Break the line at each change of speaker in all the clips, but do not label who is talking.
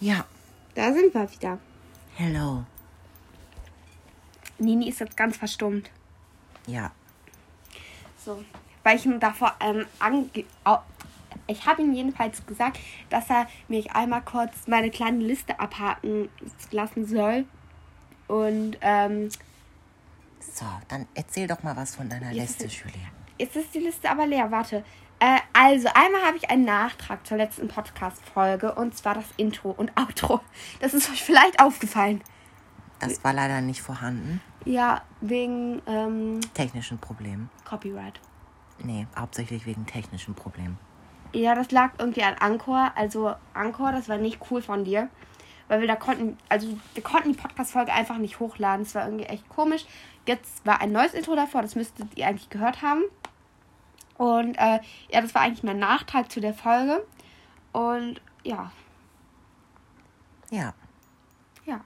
Ja.
Da sind wir wieder.
Hello.
Nini ist jetzt ganz verstummt.
Ja.
So. Weil ich ihm davor ähm, ange. au- Ich habe ihm jedenfalls gesagt, dass er mich einmal kurz meine kleine Liste abhaken lassen soll. Und ähm,
So, dann erzähl doch mal was von deiner Liste, Julia.
Jetzt ist die Liste aber leer, warte. Äh, also, einmal habe ich einen Nachtrag zur letzten Podcast-Folge und zwar das Intro und Outro. Das ist euch vielleicht aufgefallen.
Das war leider nicht vorhanden.
Ja, wegen ähm,
Technischen Problemen.
Copyright.
Nee, hauptsächlich wegen technischen Problemen.
Ja, das lag irgendwie an Anchor. Also, Anchor, das war nicht cool von dir. Weil wir da konnten, also wir konnten die Podcast-Folge einfach nicht hochladen. Es war irgendwie echt komisch. Jetzt war ein neues Intro davor, das müsstet ihr eigentlich gehört haben. Und äh, ja, das war eigentlich mein Nachtrag zu der Folge. Und ja,
Ja.
ja.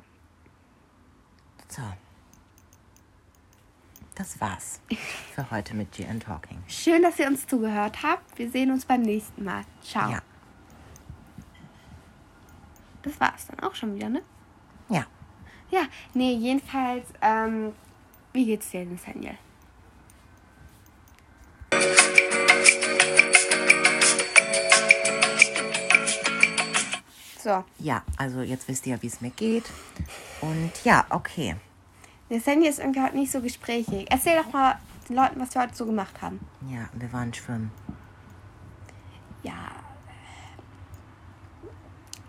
So. Das war's für heute mit GN Talking.
Schön, dass ihr uns zugehört habt. Wir sehen uns beim nächsten Mal. Ciao.
Ja.
Das war's dann auch schon wieder, ne?
Ja.
Ja, nee, jedenfalls, ähm, wie geht's dir, Nathaniel? So,
Ja, also jetzt wisst ihr, wie es mir geht. Und ja, okay.
Nathaniel ist irgendwie heute nicht so gesprächig. Erzähl doch mal den Leuten, was wir heute so gemacht haben.
Ja, wir waren schwimmen.
Ja.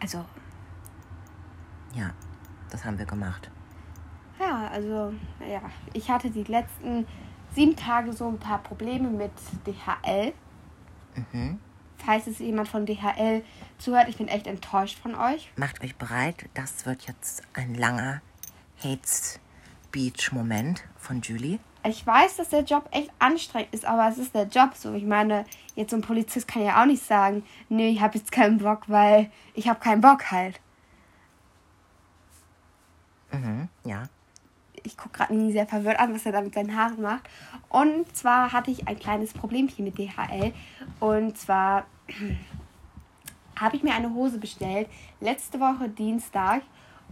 Also,
Ja, das haben wir gemacht.
Ja, also, ja, ich hatte die letzten sieben Tage so ein paar Probleme mit DHL. Falls es jemand von DHL zuhört, ich bin echt enttäuscht von euch.
Macht euch bereit, das wird jetzt ein langer Hates Beach Moment von Julie.
Ich weiß, dass der Job echt anstrengend ist, aber es ist der Job so. Ich meine, jetzt so ein Polizist kann ja auch nicht sagen, nee, ich habe jetzt keinen Bock, weil ich habe keinen Bock halt.
Mhm, ja.
ich gucke gerade Nini sehr verwirrt an, was er da mit seinen Haaren macht. Und zwar hatte ich ein kleines Problemchen mit DHL. Und zwar habe ich mir eine Hose bestellt, letzte Woche Dienstag.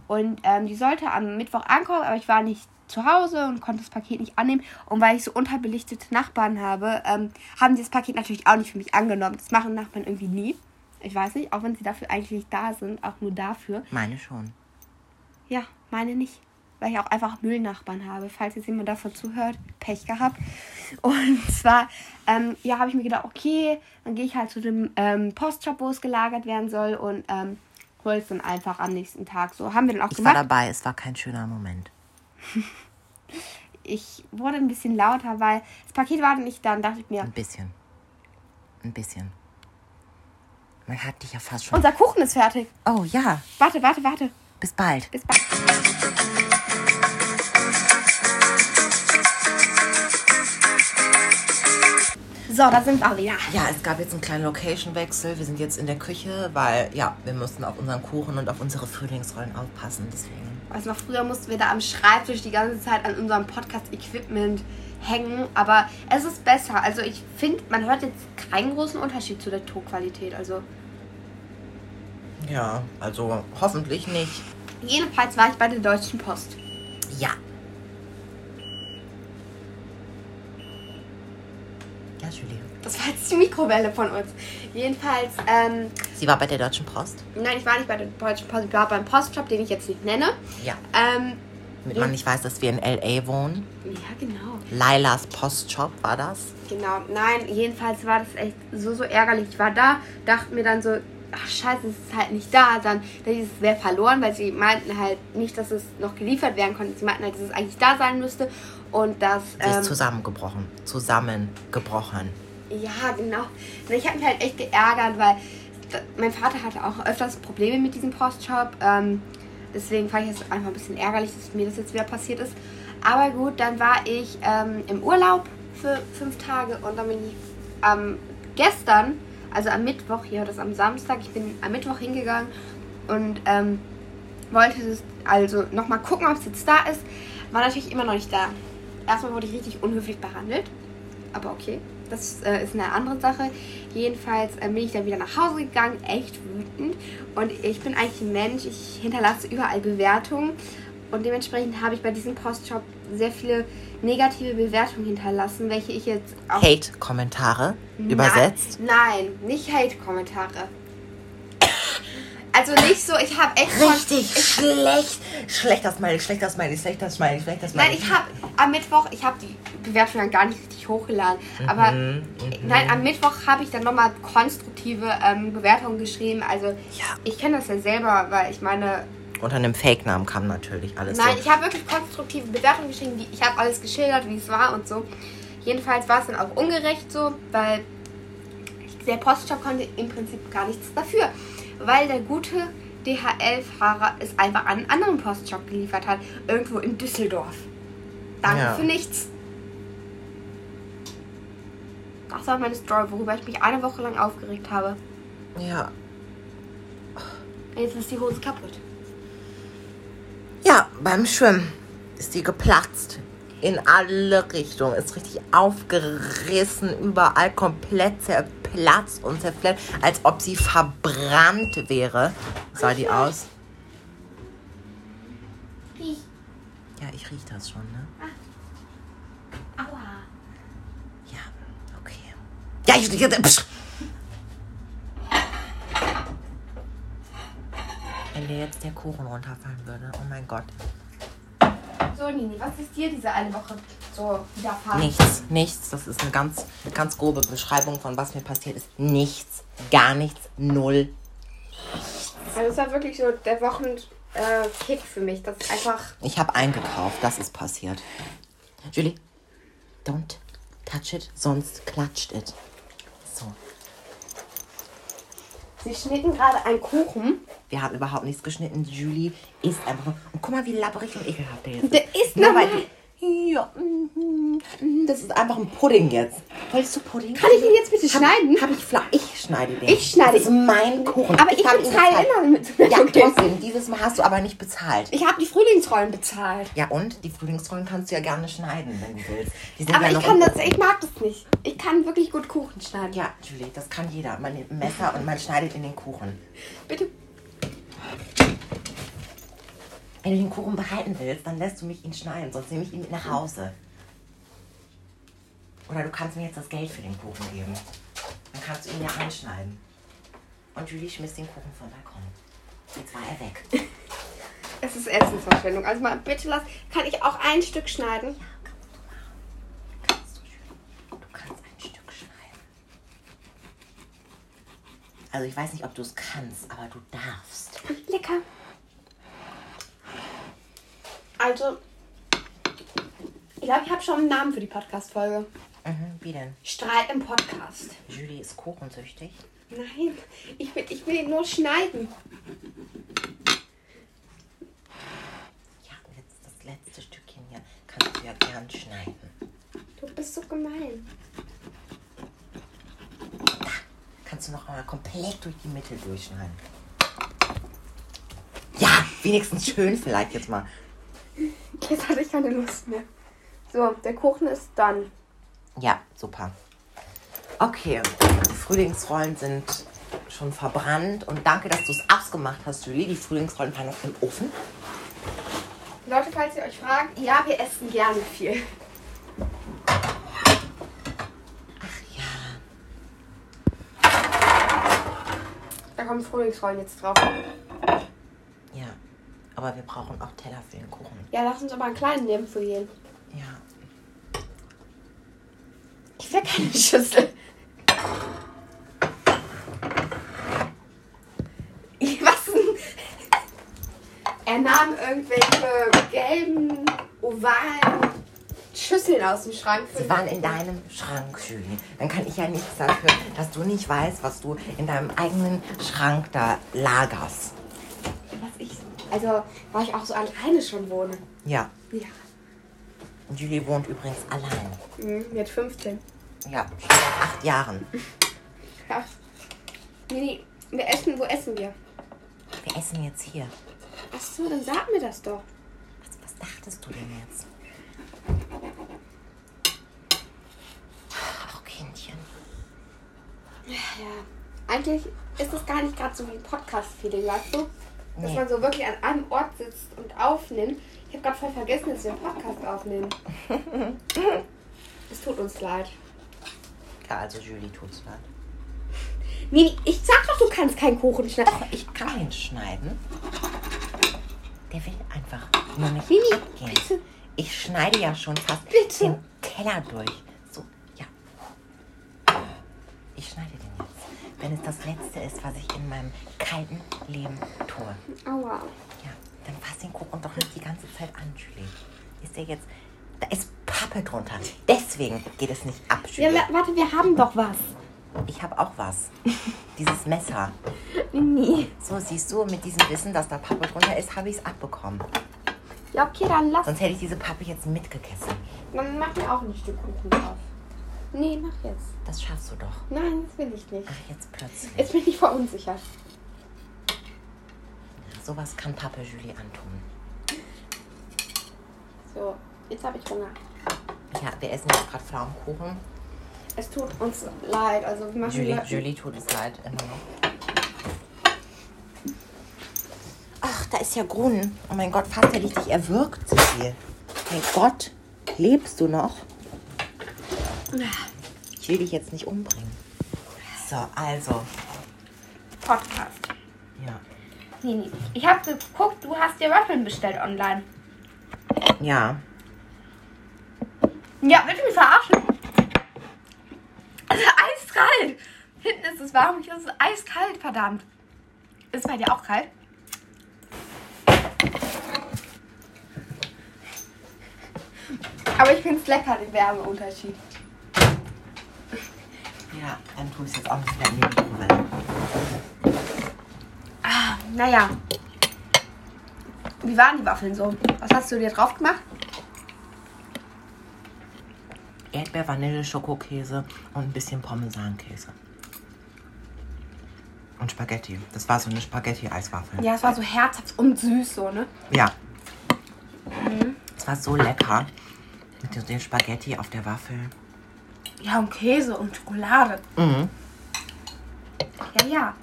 Und ähm, die sollte am Mittwoch ankommen, aber ich war nicht zu Hause und konnte das Paket nicht annehmen. Und weil ich so unterbelichtete Nachbarn habe, ähm, haben sie das Paket natürlich auch nicht für mich angenommen. Das machen Nachbarn irgendwie nie. Ich weiß nicht, auch wenn sie dafür eigentlich nicht da sind, auch nur dafür.
Meine schon.
Ja, meine nicht. Weil ich auch einfach Müllnachbarn habe. Falls jetzt jemand davon zuhört, Pech gehabt. Und zwar, ähm, ja, habe ich mir gedacht, okay, dann gehe ich halt zu dem ähm, Postshop, wo es gelagert werden soll und ähm, hole es dann einfach am nächsten Tag. So haben wir dann auch
Ich war
gemacht.
dabei, es war kein schöner Moment.
ich wurde ein bisschen lauter, weil das Paket war dann nicht da. Dann dachte ich mir,
Ein bisschen. Ein bisschen. Man hat dich ja fast schon.
unser Kuchen ist fertig.
Oh ja,
Warte, warte, warte.
bis bald.
Bis bald. So, da sind wir wieder.
Ja, es gab jetzt einen kleinen Location-Wechsel. Wir sind jetzt in der Küche, weil ja, wir mussten auf unseren Kuchen und auf unsere Frühlingsrollen aufpassen. Deswegen.
Weißt du Also noch, früher mussten wir da am Schreibtisch die ganze Zeit an unserem Podcast-Equipment hängen, aber es ist besser. Also ich finde, man hört jetzt keinen großen Unterschied zu der Tonqualität. Also
Ja, also hoffentlich nicht.
jedenfalls war ich bei der Deutschen Post.
Ja. Ja, Julie.
Das war jetzt die Mikrowelle von uns. Jedenfalls, ähm,
Sie war bei der Deutschen Post?
nein, ich war nicht bei der Deutschen Post, ich war beim Postshop, den ich jetzt nicht nenne.
Ja.
Ähm,
Damit man nicht weiß, dass wir in L.A. wohnen.
ja, genau.
Lailas Postshop war das.
Genau, nein, jedenfalls war das echt so, so ärgerlich. Ich war da, dachte mir dann so, ach scheiße, es ist halt nicht da. Dann dachte ich, es wäre verloren, weil sie meinten halt nicht, dass es noch geliefert werden konnte. Sie meinten halt, dass es eigentlich da sein müsste. Und das,
Sie
ähm,
ist zusammengebrochen. Zusammengebrochen.
ja, genau. Und ich habe mich halt echt geärgert, weil d- mein Vater hatte auch öfters Probleme mit diesem Postshop. Ähm, deswegen fand ich es einfach ein bisschen ärgerlich, dass mir das jetzt wieder passiert ist. Aber gut, dann war ich ähm, im Urlaub für fünf Tage und dann bin ich ähm, gestern, also am Mittwoch, hier das ist am Samstag, ich bin am Mittwoch hingegangen und ähm, wollte es also nochmal gucken, ob es jetzt da ist. War natürlich immer noch nicht da. Erstmal wurde ich richtig unhöflich behandelt, aber okay. das äh, ist eine andere Sache. Jedenfalls äh, bin ich dann wieder nach Hause gegangen, echt wütend. Und ich bin eigentlich ein Mensch, ich hinterlasse überall Bewertungen. Und dementsprechend habe ich bei diesem Postshop sehr viele negative Bewertungen hinterlassen, welche ich jetzt auch.
Hate-Kommentare
Nein,
übersetzt.
Nein, nicht Hate-Kommentare. Also nicht so, ich habe echt. von-
Richtig schlecht. Schlechter Smiley, schlechter Smiley, schlechter Smiley, schlechter Smiley.
Nein, ich habe am Mittwoch, ich habe die Bewertung dann gar nicht richtig hochgeladen. Aber
Mhm,
nein, am Mittwoch habe ich dann nochmal konstruktive ähm, Bewertungen geschrieben. Also
Ja.
ich kenne das ja selber, weil ich meine,
Unter einem Fake-Namen kam natürlich alles
nein,
so.
ich habe wirklich konstruktive Bewertungen geschrieben. Die, ich habe alles geschildert, wie es war und so. Jedenfalls war es dann auch ungerecht so, weil der Postshop konnte im Prinzip gar nichts dafür, weil der gute DHL-Fahrer es einfach an einen anderen Postshop geliefert hat, irgendwo in Düsseldorf. Danke
Ja.
für nichts. Das war meine Story, worüber ich mich eine Woche lang aufgeregt habe.
Ja.
Jetzt ist die Hose kaputt.
ja, beim Schwimmen ist die geplatzt. In alle Richtungen. Ist richtig aufgerissen, überall komplett zerplatzt und zerfleddert. Als ob sie verbrannt wäre. Sah die aus.
Riech.
Ja, ich riech das schon, ne?
Aua.
Ja, okay. Ja, ich. ich psch. Wenn dir jetzt der Kuchen runterfallen würde. Oh mein Gott.
So, Nini, was ist dir diese eine Woche so widerfahren?
Nichts, nichts. Das ist eine ganz, ganz grobe Beschreibung von was mir passiert ist. Nichts, gar nichts, null.
Also es war wirklich so der Wochenkick äh, Kick für mich. Das ist einfach.
Ich habe eingekauft, das ist passiert. Julie, don't touch it, sonst klatscht it. So,
Sie schnitten gerade einen Kuchen.
wir haben überhaupt nichts geschnitten. Julie ist einfach nur. Und guck mal, wie labberig und ekelhaft der jetzt ist.
Der ist
Nur weil
normal.
die- ja, mhm, mhm, das ist einfach ein Pudding jetzt. Willst du Pudding?
Kann ich ihn jetzt bitte schneiden?
Hab ich Fla Ich schneide den.
Ich schneide
Das ist mein Kuchen.
aber ich,
hab ihn
bezahle
bezahlt.
immer mit.
Ja,
Okay.
trotzdem. Dieses Mal hast du aber nicht bezahlt.
Ich habe die Frühlingsrollen bezahlt.
Ja, und die Frühlingsrollen kannst du ja gerne schneiden, wenn du willst. Die sind
Aber
ja
ich
noch
kann
im
das,
Ofen.
ich mag das nicht. Ich kann wirklich gut Kuchen schneiden.
Ja, Julie, das kann jeder. Man nimmt ein Messer und man schneidet in den Kuchen.
Bitte.
Wenn du den Kuchen behalten willst, dann lässt du mich ihn schneiden, sonst nehme ich ihn mit nach Hause. Oder du kannst mir jetzt das Geld für den Kuchen geben. Dann kannst du ihn ja anschneiden. Und Julie schmiss den Kuchen vom Balkon. Jetzt war er weg.
Es ist Essensverschwendung. Also mal bitte lass. Kann ich auch ein Stück schneiden?
Kannst du, Julie? Du kannst ein Stück schneiden. Also ich weiß nicht, ob du es kannst, aber du darfst.
Lecker. Also, ich glaube, ich habe schon einen Namen für die Podcast-Folge.
Mhm, wie denn?
Streit im Podcast.
Julie ist kuchensüchtig.
Nein, ich will, ich will ihn nur schneiden.
Ja, und jetzt das letzte Stückchen hier kannst du ja gern schneiden.
Du bist so gemein.
Kannst du noch einmal komplett durch die Mitte durchschneiden. Ja, wenigstens schön vielleicht jetzt mal.
Jetzt hatte ich keine Lust mehr. So, der Kuchen ist dann.
Ja, super. Okay, die Frühlingsrollen sind schon verbrannt und danke, dass du es abgemacht hast, Julie. Die Frühlingsrollen waren noch im Ofen.
Leute, falls ihr euch fragt, ja, wir essen gerne viel.
Ja,
Da kommen Frühlingsrollen jetzt drauf.
ja. Aber wir brauchen auch Teller für den Kuchen.
Ja, lass uns aber einen kleinen nehmen für jeden.
Ja.
Ich will keine Schüssel. Was denn? Er nahm irgendwelche gelben, ovalen Schüsseln aus dem Schrank. für-
Sie waren in deinem Schrank, Julie. Dann kann ich ja nichts dafür, dass du nicht weißt, was du in deinem eigenen Schrank da lagerst.
Was ich, also, weil ich auch so alleine schon wohne.
Ja.
Ja.
Und Julie wohnt übrigens allein.
Mhm, mit 15.
Ja, schon seit acht Jahren.
Ja. Nee, nee, wir essen, wo essen wir?
Wir essen jetzt hier.
Achso, dann sag mir das doch.
Was, was dachtest du denn jetzt? Ach, Kindchen.
Eigentlich ist das gar nicht gerade so wie ein Podcast-Feeling, weißt du? Dass
Nee.
man so wirklich an einem Ort sitzt und aufnimmt. Ich habe gerade voll vergessen, dass wir einen Podcast aufnehmen. es tut uns leid.
Ja, also Julie tut's leid.
Nee, ich sag doch, du kannst keinen Kuchen schneiden.
Doch, ich kann ihn schneiden. Der will einfach nur nicht
Mimi,
abgehen.
bitte.
Ich schneide ja schon fast
Bitte.
den Teller durch. So, ja. Äh, Ich schneide den jetzt. Wenn es das Letzte ist, was ich in meinem kalten Leben tue.
Aua.
Ja, dann fass den Kuchen doch nicht die ganze Zeit an, Julie. Ist der jetzt... Da ist Pappe drunter. Deswegen geht es nicht ab,
Ja,
Julie.
wa- warte, wir haben doch was.
Ich habe auch was. Dieses Messer.
Nee.
So, siehst du, mit diesem Wissen, dass da Pappe drunter ist, habe ich es abbekommen.
Ja, okay, dann lass.
Sonst hätte ich diese Pappe jetzt mitgegessen.
Dann mach mir auch ein Stück Kuchen drauf. Nee, mach jetzt.
Das schaffst du doch.
Nein, das will ich nicht.
Ach, jetzt plötzlich.
Jetzt bin ich verunsichert.
Sowas kann Pappe Julie antun.
So, jetzt habe ich Hunger.
Ja, wir essen jetzt gerade Pflaumenkuchen.
Es tut uns leid. Also wir machen
Julie,
wir-
Julie tut es leid immer noch. Ach, da ist ja Grun. Oh mein Gott, fast hätte ich dich erwürgt, Cecil. Mein Gott, lebst du noch? Ich will dich jetzt nicht umbringen. So, also.
Podcast.
Ja.
Nee, nee. Ich habe geguckt, du hast dir Waffeln bestellt online.
Ja,
Ja, willst du mich verarschen? Also eiskalt. Hinten ist es warm, hier ist es eiskalt, verdammt. Ist bei dir auch kalt? Aber ich finde es lecker, den Wärmeunterschied.
Ja, dann tue ich es jetzt auch nicht mehr in die Mikrowelle.
Naja. Wie waren die Waffeln so? Was hast du dir drauf gemacht?
Erdbeer, Vanille, Schokokäse und ein bisschen Parmesankäse. Und Spaghetti. Das war so eine Spaghetti-Eiswaffel.
Ja, es war so herzhaft und süß so, ne?
Ja. Mhm. Es war so lecker. Mit so den Spaghetti auf der Waffel.
Ja, und Käse und Schokolade.
Mhm.
Ja, ja.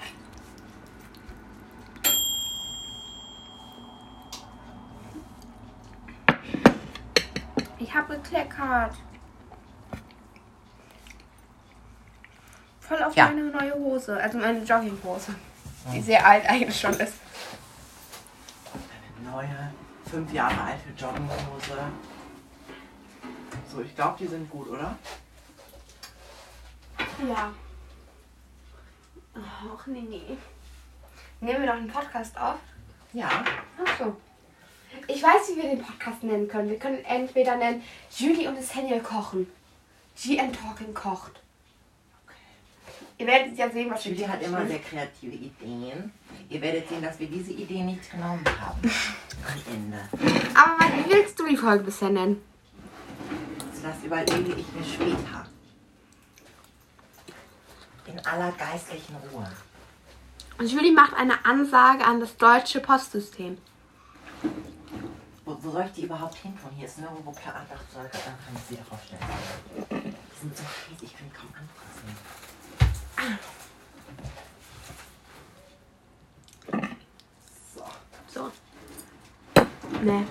Ich habe gekleckert. Voll auf
Ja.
meine neue Hose, also meine Jogginghose, die sehr alt eigentlich schon ist.
Neue, fünf Jahre alte Jogginghose. So, ich glaube, die sind gut, oder?
Ja. Ach, nee, nee. Nehmen wir noch einen Podcast auf?
Ja.
Ach so. Ich weiß, wie wir den Podcast nennen können. Wir können entweder nennen Julie und Nathaniel kochen. G and Talking kocht. Ihr werdet ja sehen, was wir
Julie hat
tun.
immer sehr kreative Ideen. Ihr werdet sehen, dass wir diese Ideen nicht genommen haben. Am Ende.
Aber was- wie willst du die Folge bisher nennen?
Das überlege ich mir später. In aller geistlichen Ruhe.
Julie macht eine Ansage an das deutsche Postsystem.
Wo, wo soll ich die überhaupt hin von? Hier ist nirgendwo klar Ach, da da kann ich sie drauf stellen. Die sind so heiß, ich kann die kaum anfassen. So.
So. Nee.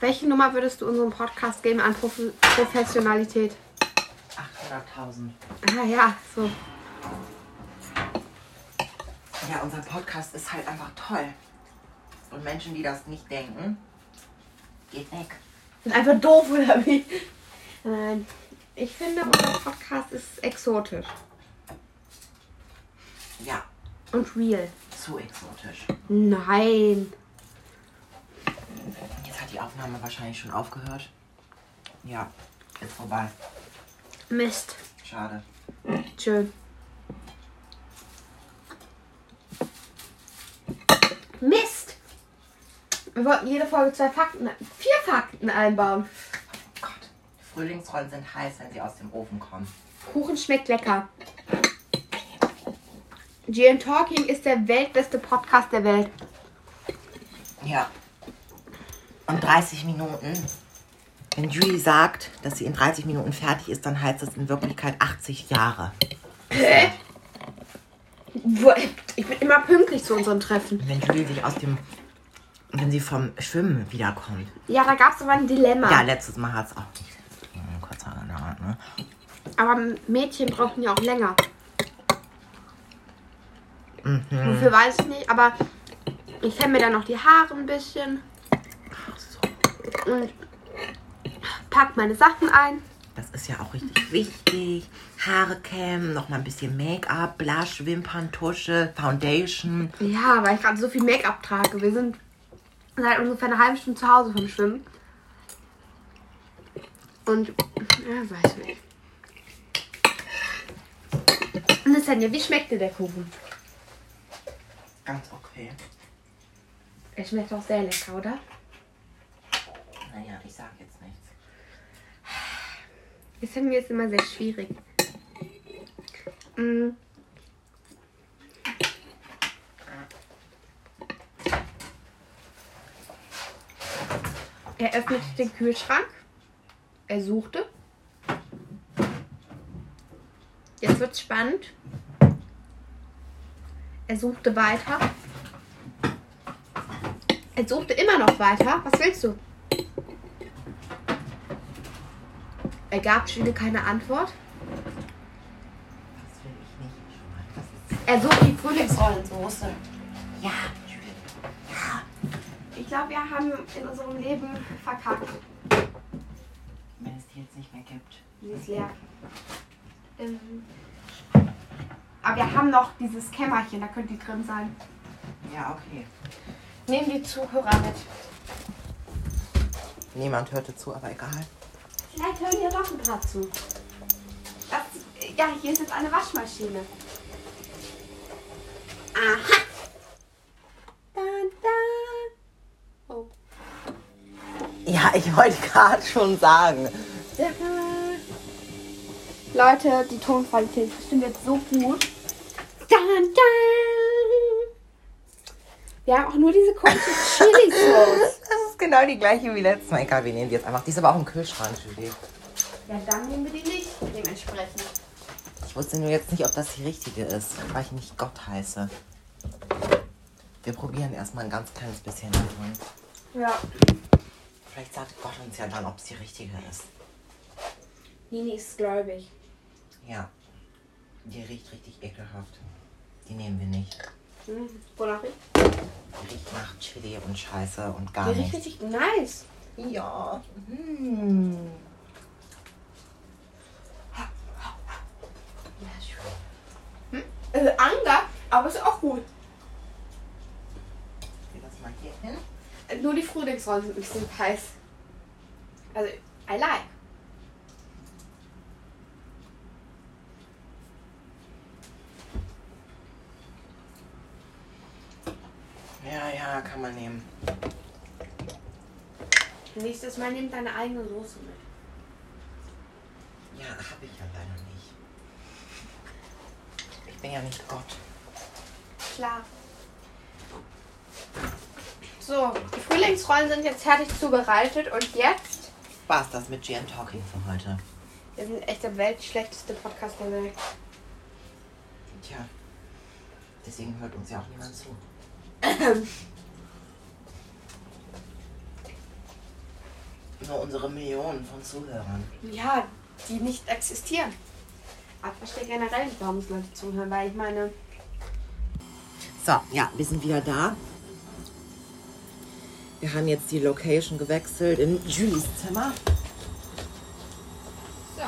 Welche Nummer würdest du unserem Podcast geben an Prof Professionalität?
800.000.
Ah ja, so.
Ja, unser Podcast ist halt einfach toll. Und Menschen, die das nicht denken, geht weg.
Ist einfach doof, oder wie? Nein. Ich finde, unser Podcast ist exotisch
Ja,
und real.
zu exotisch.
Nein.
Jetzt hat die Aufnahme wahrscheinlich schon aufgehört. Ja, ist vorbei.
Mist.
Schade.
Schön. Mist! Wir wollten jede Folge zwei Fakten, vier Fakten einbauen.
Gott. Frühlingsrollen sind heiß, wenn sie aus dem Ofen kommen.
Kuchen schmeckt lecker. GM Talking ist der weltbeste Podcast der Welt.
Ja. Und 30 Minuten. Wenn Julie sagt, dass sie in 30 Minuten fertig ist, dann heißt das in Wirklichkeit 80 Jahre.
Wo- Ich bin immer pünktlich zu unseren Treffen.
Wenn Julie sich aus dem. Wenn sie vom Schwimmen wiederkommt.
Ja, da gab es aber ein Dilemma.
Ja, letztes Mal hat es auch nicht. Mhm, Kurz an der Hand, ne?
Aber Mädchen brauchen ja auch länger. Mhm. Wofür weiß ich nicht, aber ich fäll mir dann noch die Haare ein bisschen. Und pack meine Sachen ein.
Das ist ja auch richtig wichtig. Haare kämmen, nochmal ein bisschen Make-up, Blush, Wimperntusche, Foundation.
Ja, weil ich gerade so viel Make-up trage. Wir sind seit ungefähr einer halben Stunde zu Hause vom Schwimmen. Und, ja, weiß nicht. Nathaniel, wie schmeckt dir der Kuchen?
Ganz okay.
Er schmeckt auch sehr lecker, oder?
Naja, ich sag jetzt nichts.
Das finden wir jetzt immer sehr schwierig. Mm. Er öffnete den Kühlschrank. Er suchte. Jetzt wird's spannend. Er suchte weiter. Er suchte immer noch weiter. Was willst du? Er gab Schiene keine Antwort.
Das will ich nicht. Schon mal. Das ist
Er sucht die Frühlingsrollensoße.
ja,
Ich glaube, wir haben in unserem Leben verkackt.
wenn es die jetzt nicht mehr gibt.
Sie ist leer. Ähm, aber wir haben noch dieses Kämmerchen, da könnte die drin sein.
Ja, okay.
Nehmen die Zuhörer mit.
Niemand hörte zu, aber egal.
Vielleicht hören ja doch ein paar zu. Das, ja, hier ist jetzt eine Waschmaschine. Aha. Dann, dann. Oh.
Ja, ich wollte gerade schon sagen.
Leute, die Tonqualität ist bestimmt jetzt so gut. Dann, dann. Wir haben auch nur diese komische Chili Sauce.
Das ist genau die gleiche wie letztes Mal. Egal, wir nehmen die jetzt einfach. Die ist aber auch im Kühlschrank, Julie.
Ja, dann nehmen wir die nicht dementsprechend.
Ich wusste nur jetzt nicht, ob das die richtige ist, weil ich nicht Gott heiße. Wir probieren erstmal ein ganz kleines bisschen davon.
Ja.
Vielleicht sagt Gott uns ja dann, ob es die richtige ist.
Nini ist gläubig.
Ja. Die riecht richtig ekelhaft. Die nehmen wir nicht.
Hm, wonach riecht?
Die riecht nach Chili und Scheiße und
Die
gar
riecht
nichts.
richtig nice.
Ja. Hm.
Ja, schön. Hm? Äh, Anger, aber ist auch gut.
Ich das mal hier hin.
Äh, Nur die Frühlingsrollen sind ein bisschen heiß. Also, I like.
Ja, ja, kann man nehmen.
Nächstes Mal nimm deine eigene Soße mit.
Ja, habe ich ja leider nicht. Ich bin ja nicht Gott.
Klar. So, die Frühlingsrollen sind jetzt fertig zubereitet und jetzt,
War's das mit GM Talking für heute?
wir sind echt der weltschlechteste Podcast der Welt.
Tja, deswegen hört uns ja auch niemand zu. Nur unsere Millionen von Zuhörern.
Ja, die nicht existieren. Aber ich verstehe generell nicht, warum es Leute zuhören, weil ich meine,
So, ja, wir sind wieder da. Wir haben jetzt die Location gewechselt in Julies Zimmer.
so.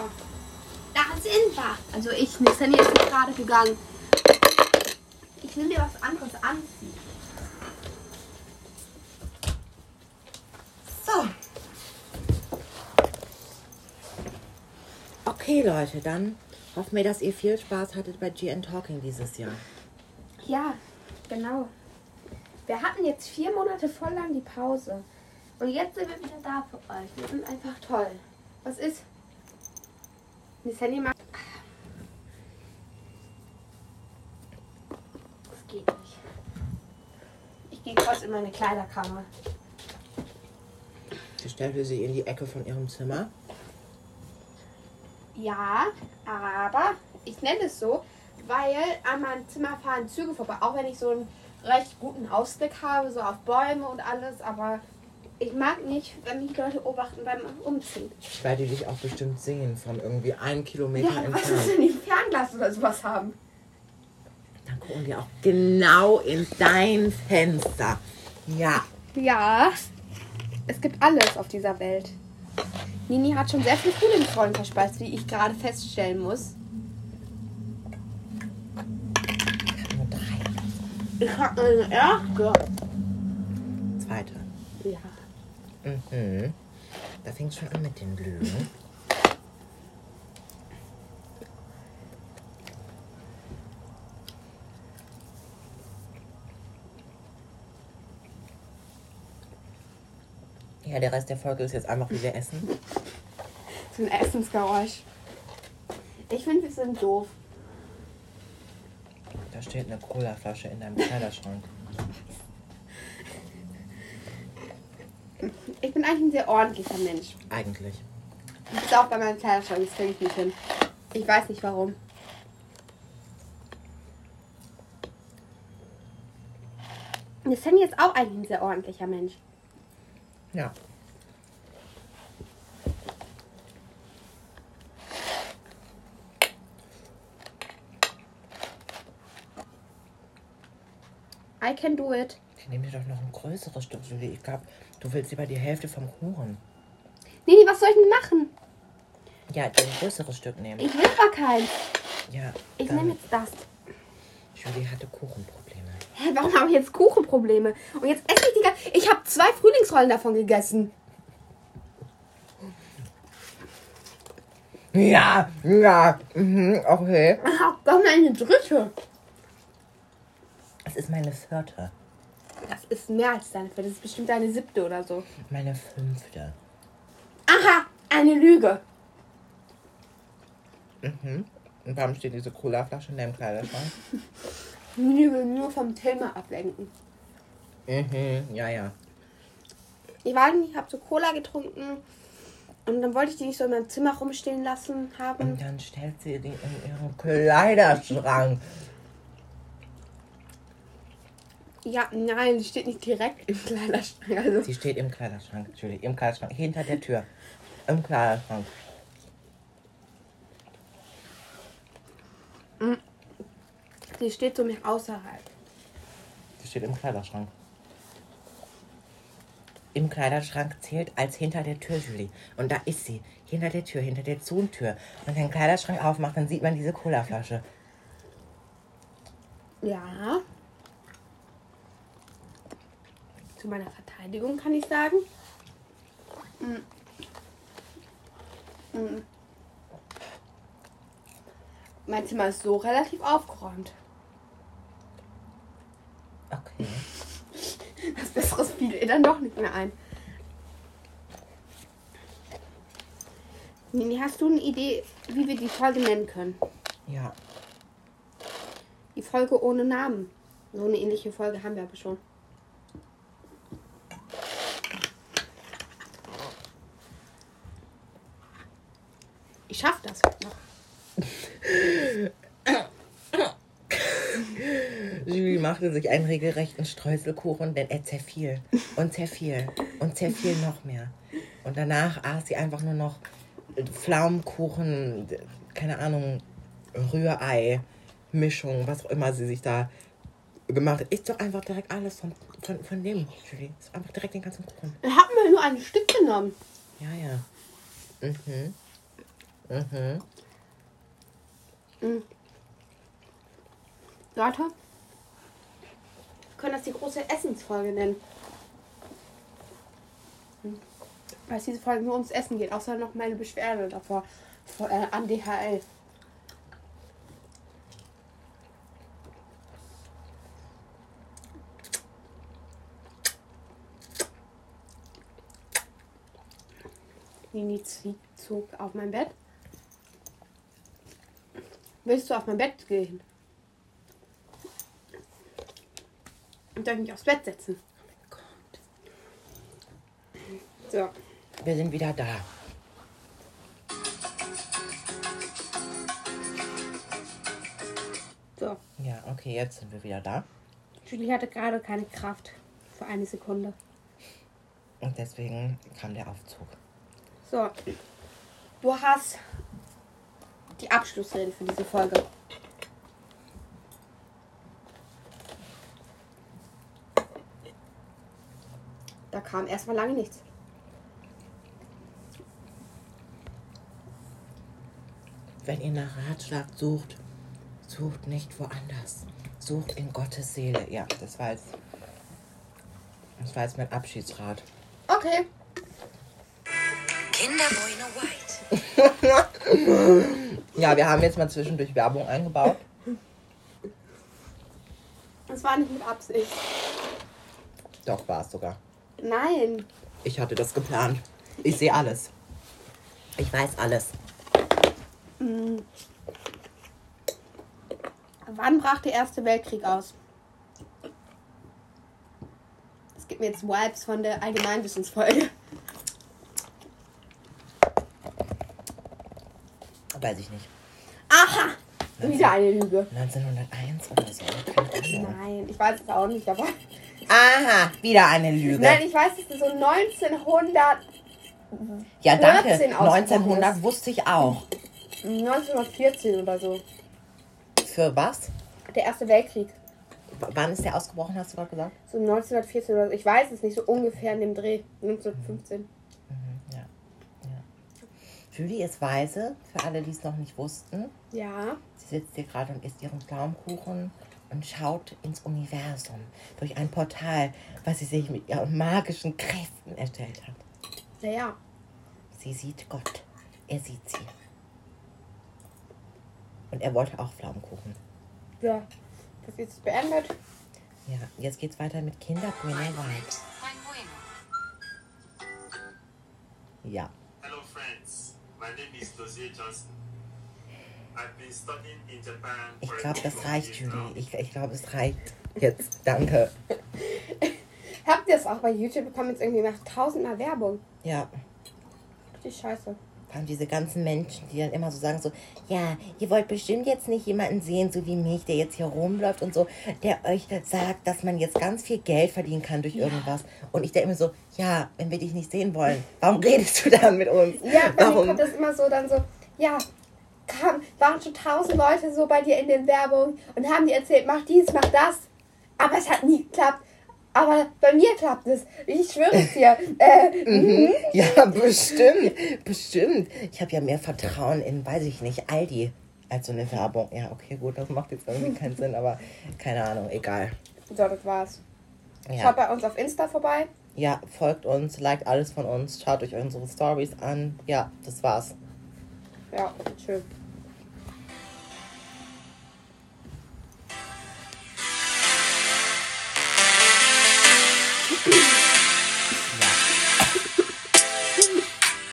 Da sind wir. Also ich, Nathaniel ist jetzt gerade gegangen. Ich will mir was anderes anziehen.
So. Okay, Leute, dann hoffen wir, dass ihr viel Spaß hattet bei GN Talking dieses Jahr.
Ja, genau. Wir hatten jetzt vier Monate voll lang die Pause. Und jetzt sind wir wieder da für euch. Wir sind einfach toll. Was ist? Miss Handy macht. Das geht nicht. Ich gehe kurz in meine Kleiderkammer.
Ich stellte sie in die Ecke von ihrem Zimmer.
Ja, aber ich nenne es so, weil an meinem Zimmer fahren Züge vorbei. Auch wenn ich so einen recht guten Ausblick habe, so auf Bäume und alles. Aber ich mag nicht, wenn mich Leute beobachten beim Umziehen.
Ich werde dich auch bestimmt sehen von irgendwie einem Kilometer
Ja, was ist,
entfernt.
wenn die ein Fernglas oder sowas haben?
Dann gucken die auch genau in dein Fenster. Ja.
Ja.
Es gibt alles auf dieser Welt. Nini hat schon sehr viel Frühlingsrollen verspeist, wie ich gerade feststellen muss.
Nur drei.
Ich hab eine Erste.
Zweite.
Ja.
Mhm. Da fängt schon an mit den Lügen. Ja, der Rest der Folge ist jetzt einfach wieder Essen.
So ein Essensgeräusch.
Ich finde, wir sind doof.
Da steht eine Colaflasche in deinem Kleiderschrank.
Ich bin eigentlich ein sehr ordentlicher Mensch.
Eigentlich.
Das ist auch bei meinem Kleiderschrank, das kriege ich nicht hin. Ich weiß nicht warum. Das Sandy ist auch eigentlich ein sehr ordentlicher Mensch.
Ja.
I can do it.
Ich nehme dir doch noch ein größeres Stück, Julie. Ich glaube, du willst lieber die Hälfte vom Kuchen.
Nini, was soll ich denn machen?
Ja, ein größeres Stück nehmen.
Ich will gar keins.
Ja.
Ich
dann-
nehme jetzt das.
Julie hatte Kuchenprobleme.
Hä, warum habe ich jetzt Kuchenprobleme? Und jetzt esse ich die ganze... Ich habe zwei Frühlingsrollen davon gegessen.
Ja, ja, mhm, okay.
Ach, doch meine dritte.
Es ist meine vierte,
Das ist mehr als deine vierte. Das ist bestimmt deine siebte oder so.
meine fünfte.
Aha, eine Lüge.
Mhm. Und warum steht diese Colaflasche in deinem Kleiderschrank?
Nini will nur vom Thema ablenken.
Mhm, ja, ja.
Ich war nicht, ich habe so Cola getrunken. Und dann wollte ich die nicht so in meinem Zimmer rumstehen lassen haben.
Und dann stellt sie die in ihren Kleiderschrank.
Ja, nein, die steht nicht direkt im Kleiderschrank. Also,
Sie steht im Kleiderschrank, Julie, im Kleiderschrank, hinter der Tür. Im Kleiderschrank.
die steht so mich außerhalb.
Sie steht im Kleiderschrank. Im Kleiderschrank zählt als hinter der Tür, Julie. Und da ist sie. Hinter der Tür, hinter der Zontür. Wenn sie den Kleiderschrank aufmacht, dann sieht man diese Colaflasche.
Ja. Zu meiner Verteidigung kann ich sagen. Mm. Mm. Mein Zimmer ist so relativ aufgeräumt.
Okay.
Das Besseres fiel ihr dann doch nicht mehr ein. Nini, hast du eine Idee, wie wir die Folge nennen können?
Ja.
Die Folge ohne Namen. So eine ähnliche Folge haben wir aber schon. Ich schaff das heute noch.
Julie machte sich einen regelrechten Streuselkuchen, denn er zerfiel und zerfiel und zerfiel noch mehr. Und danach aß sie einfach nur noch Pflaumenkuchen, keine Ahnung, Rührei, Mischung, was auch immer sie sich da gemacht hat. Ist doch einfach direkt alles von, von, von dem, Julie. Ist einfach direkt den ganzen Kuchen.
Ich hab mir nur ein Stück genommen.
Ja, ja. Mhm. Mhm.
Leute, wir können das die große Essensfolge nennen. Hm. Weil es diese Folge nur ums Essen geht, außer noch meine Beschwerde davor vor, äh, an DHL. Nini zieht- zog auf mein Bett. Willst du auf mein Bett gehen? Und dann mich aufs Bett setzen. Oh So.
Wir sind wieder da. Ja, okay, jetzt sind wir wieder da.
Julie hatte gerade keine Kraft. Für eine Sekunde.
Und deswegen kam der Aufzug.
So. Du hast die Abschlussrede für diese Folge. Da kam erstmal lange nichts.
Wenn ihr nach Ratschlag sucht, sucht nicht woanders. Sucht in Gottes Seele. Ja, das war jetzt, das war jetzt mein Abschiedsrat.
Okay.
Kinderbueno White.
Ja, wir haben jetzt mal zwischendurch Werbung eingebaut.
Das war nicht mit Absicht.
Doch, war es sogar.
Nein.
Ich hatte das geplant. Ich sehe alles. Ich weiß alles.
Wann brach der Erste Weltkrieg aus? Es gibt mir jetzt Vibes von der Allgemeinwissensfolge.
Weiß ich nicht.
Aha! Wieder eine Lüge.
1901 oder so. Keine Ahnung.
Nein, ich weiß es auch nicht, aber.
Aha, wieder eine Lüge.
Nein, ich weiß, dass das so 1900,
ja, danke.
14 ausgebrochen
1900
ist.
wusste ich auch.
1914 oder so.
Für was?
Der Erste Weltkrieg.
W wann ist der ausgebrochen, hast du gerade gesagt?
So 1914 oder so. Ich weiß es nicht, so ungefähr in dem Dreh. 1915.
Ja. ja. Julie ist weise, für alle, die es noch nicht wussten.
Ja.
Sie sitzt hier gerade und isst ihren Pflaumenkuchen und schaut ins Universum durch ein Portal, was sie sich mit ihren magischen Kräften erstellt hat.
Naja.
Sie sieht Gott. Er sieht sie. Und er wollte auch Pflaumenkuchen.
Ja. Das ist jetzt beendet.
Ja, jetzt geht's weiter mit Kinder Bueno White.
Mein Bueno.
Ja.
Hello, friends. My name is Dozie Johnson. I've been studying in Japan.
Ich
for a
glaube, das
couple of
reicht,
years now.
Julie. Ich, ich glaube, es reicht. Jetzt, danke.
Habt ihr es auch bei YouTube bekommen? Jetzt irgendwie macht tausendmal Werbung.
Ja.
Richtig scheiße.
Vor allem diese ganzen Menschen, die dann immer so sagen, so, ja, ihr wollt bestimmt jetzt nicht jemanden sehen, so wie mich, der jetzt hier rumläuft und so, der euch sagt, dass man jetzt ganz viel Geld verdienen kann durch irgendwas. Und ich denke mir so, ja, wenn wir dich nicht sehen wollen, warum redest du dann mit uns?
Ja, bei mir
warum?
kommt das immer so dann so, ja, kam, waren schon tausend Leute so bei dir in den Werbung und haben dir erzählt, mach dies, mach das. Aber es hat nie geklappt. Aber bei mir klappt es. Ich schwöre es dir. äh,
Ja, bestimmt, bestimmt. Ich habe ja mehr Vertrauen in, weiß ich nicht, Aldi als so eine Werbung. Ja, okay, gut, das macht jetzt irgendwie keinen Sinn, aber keine Ahnung, egal.
so, das war's. Schaut
Ja.
bei uns auf Insta vorbei.
ja, folgt uns, liked alles von uns, schaut euch unsere Stories an. Ja, das war's.
Ja, schön.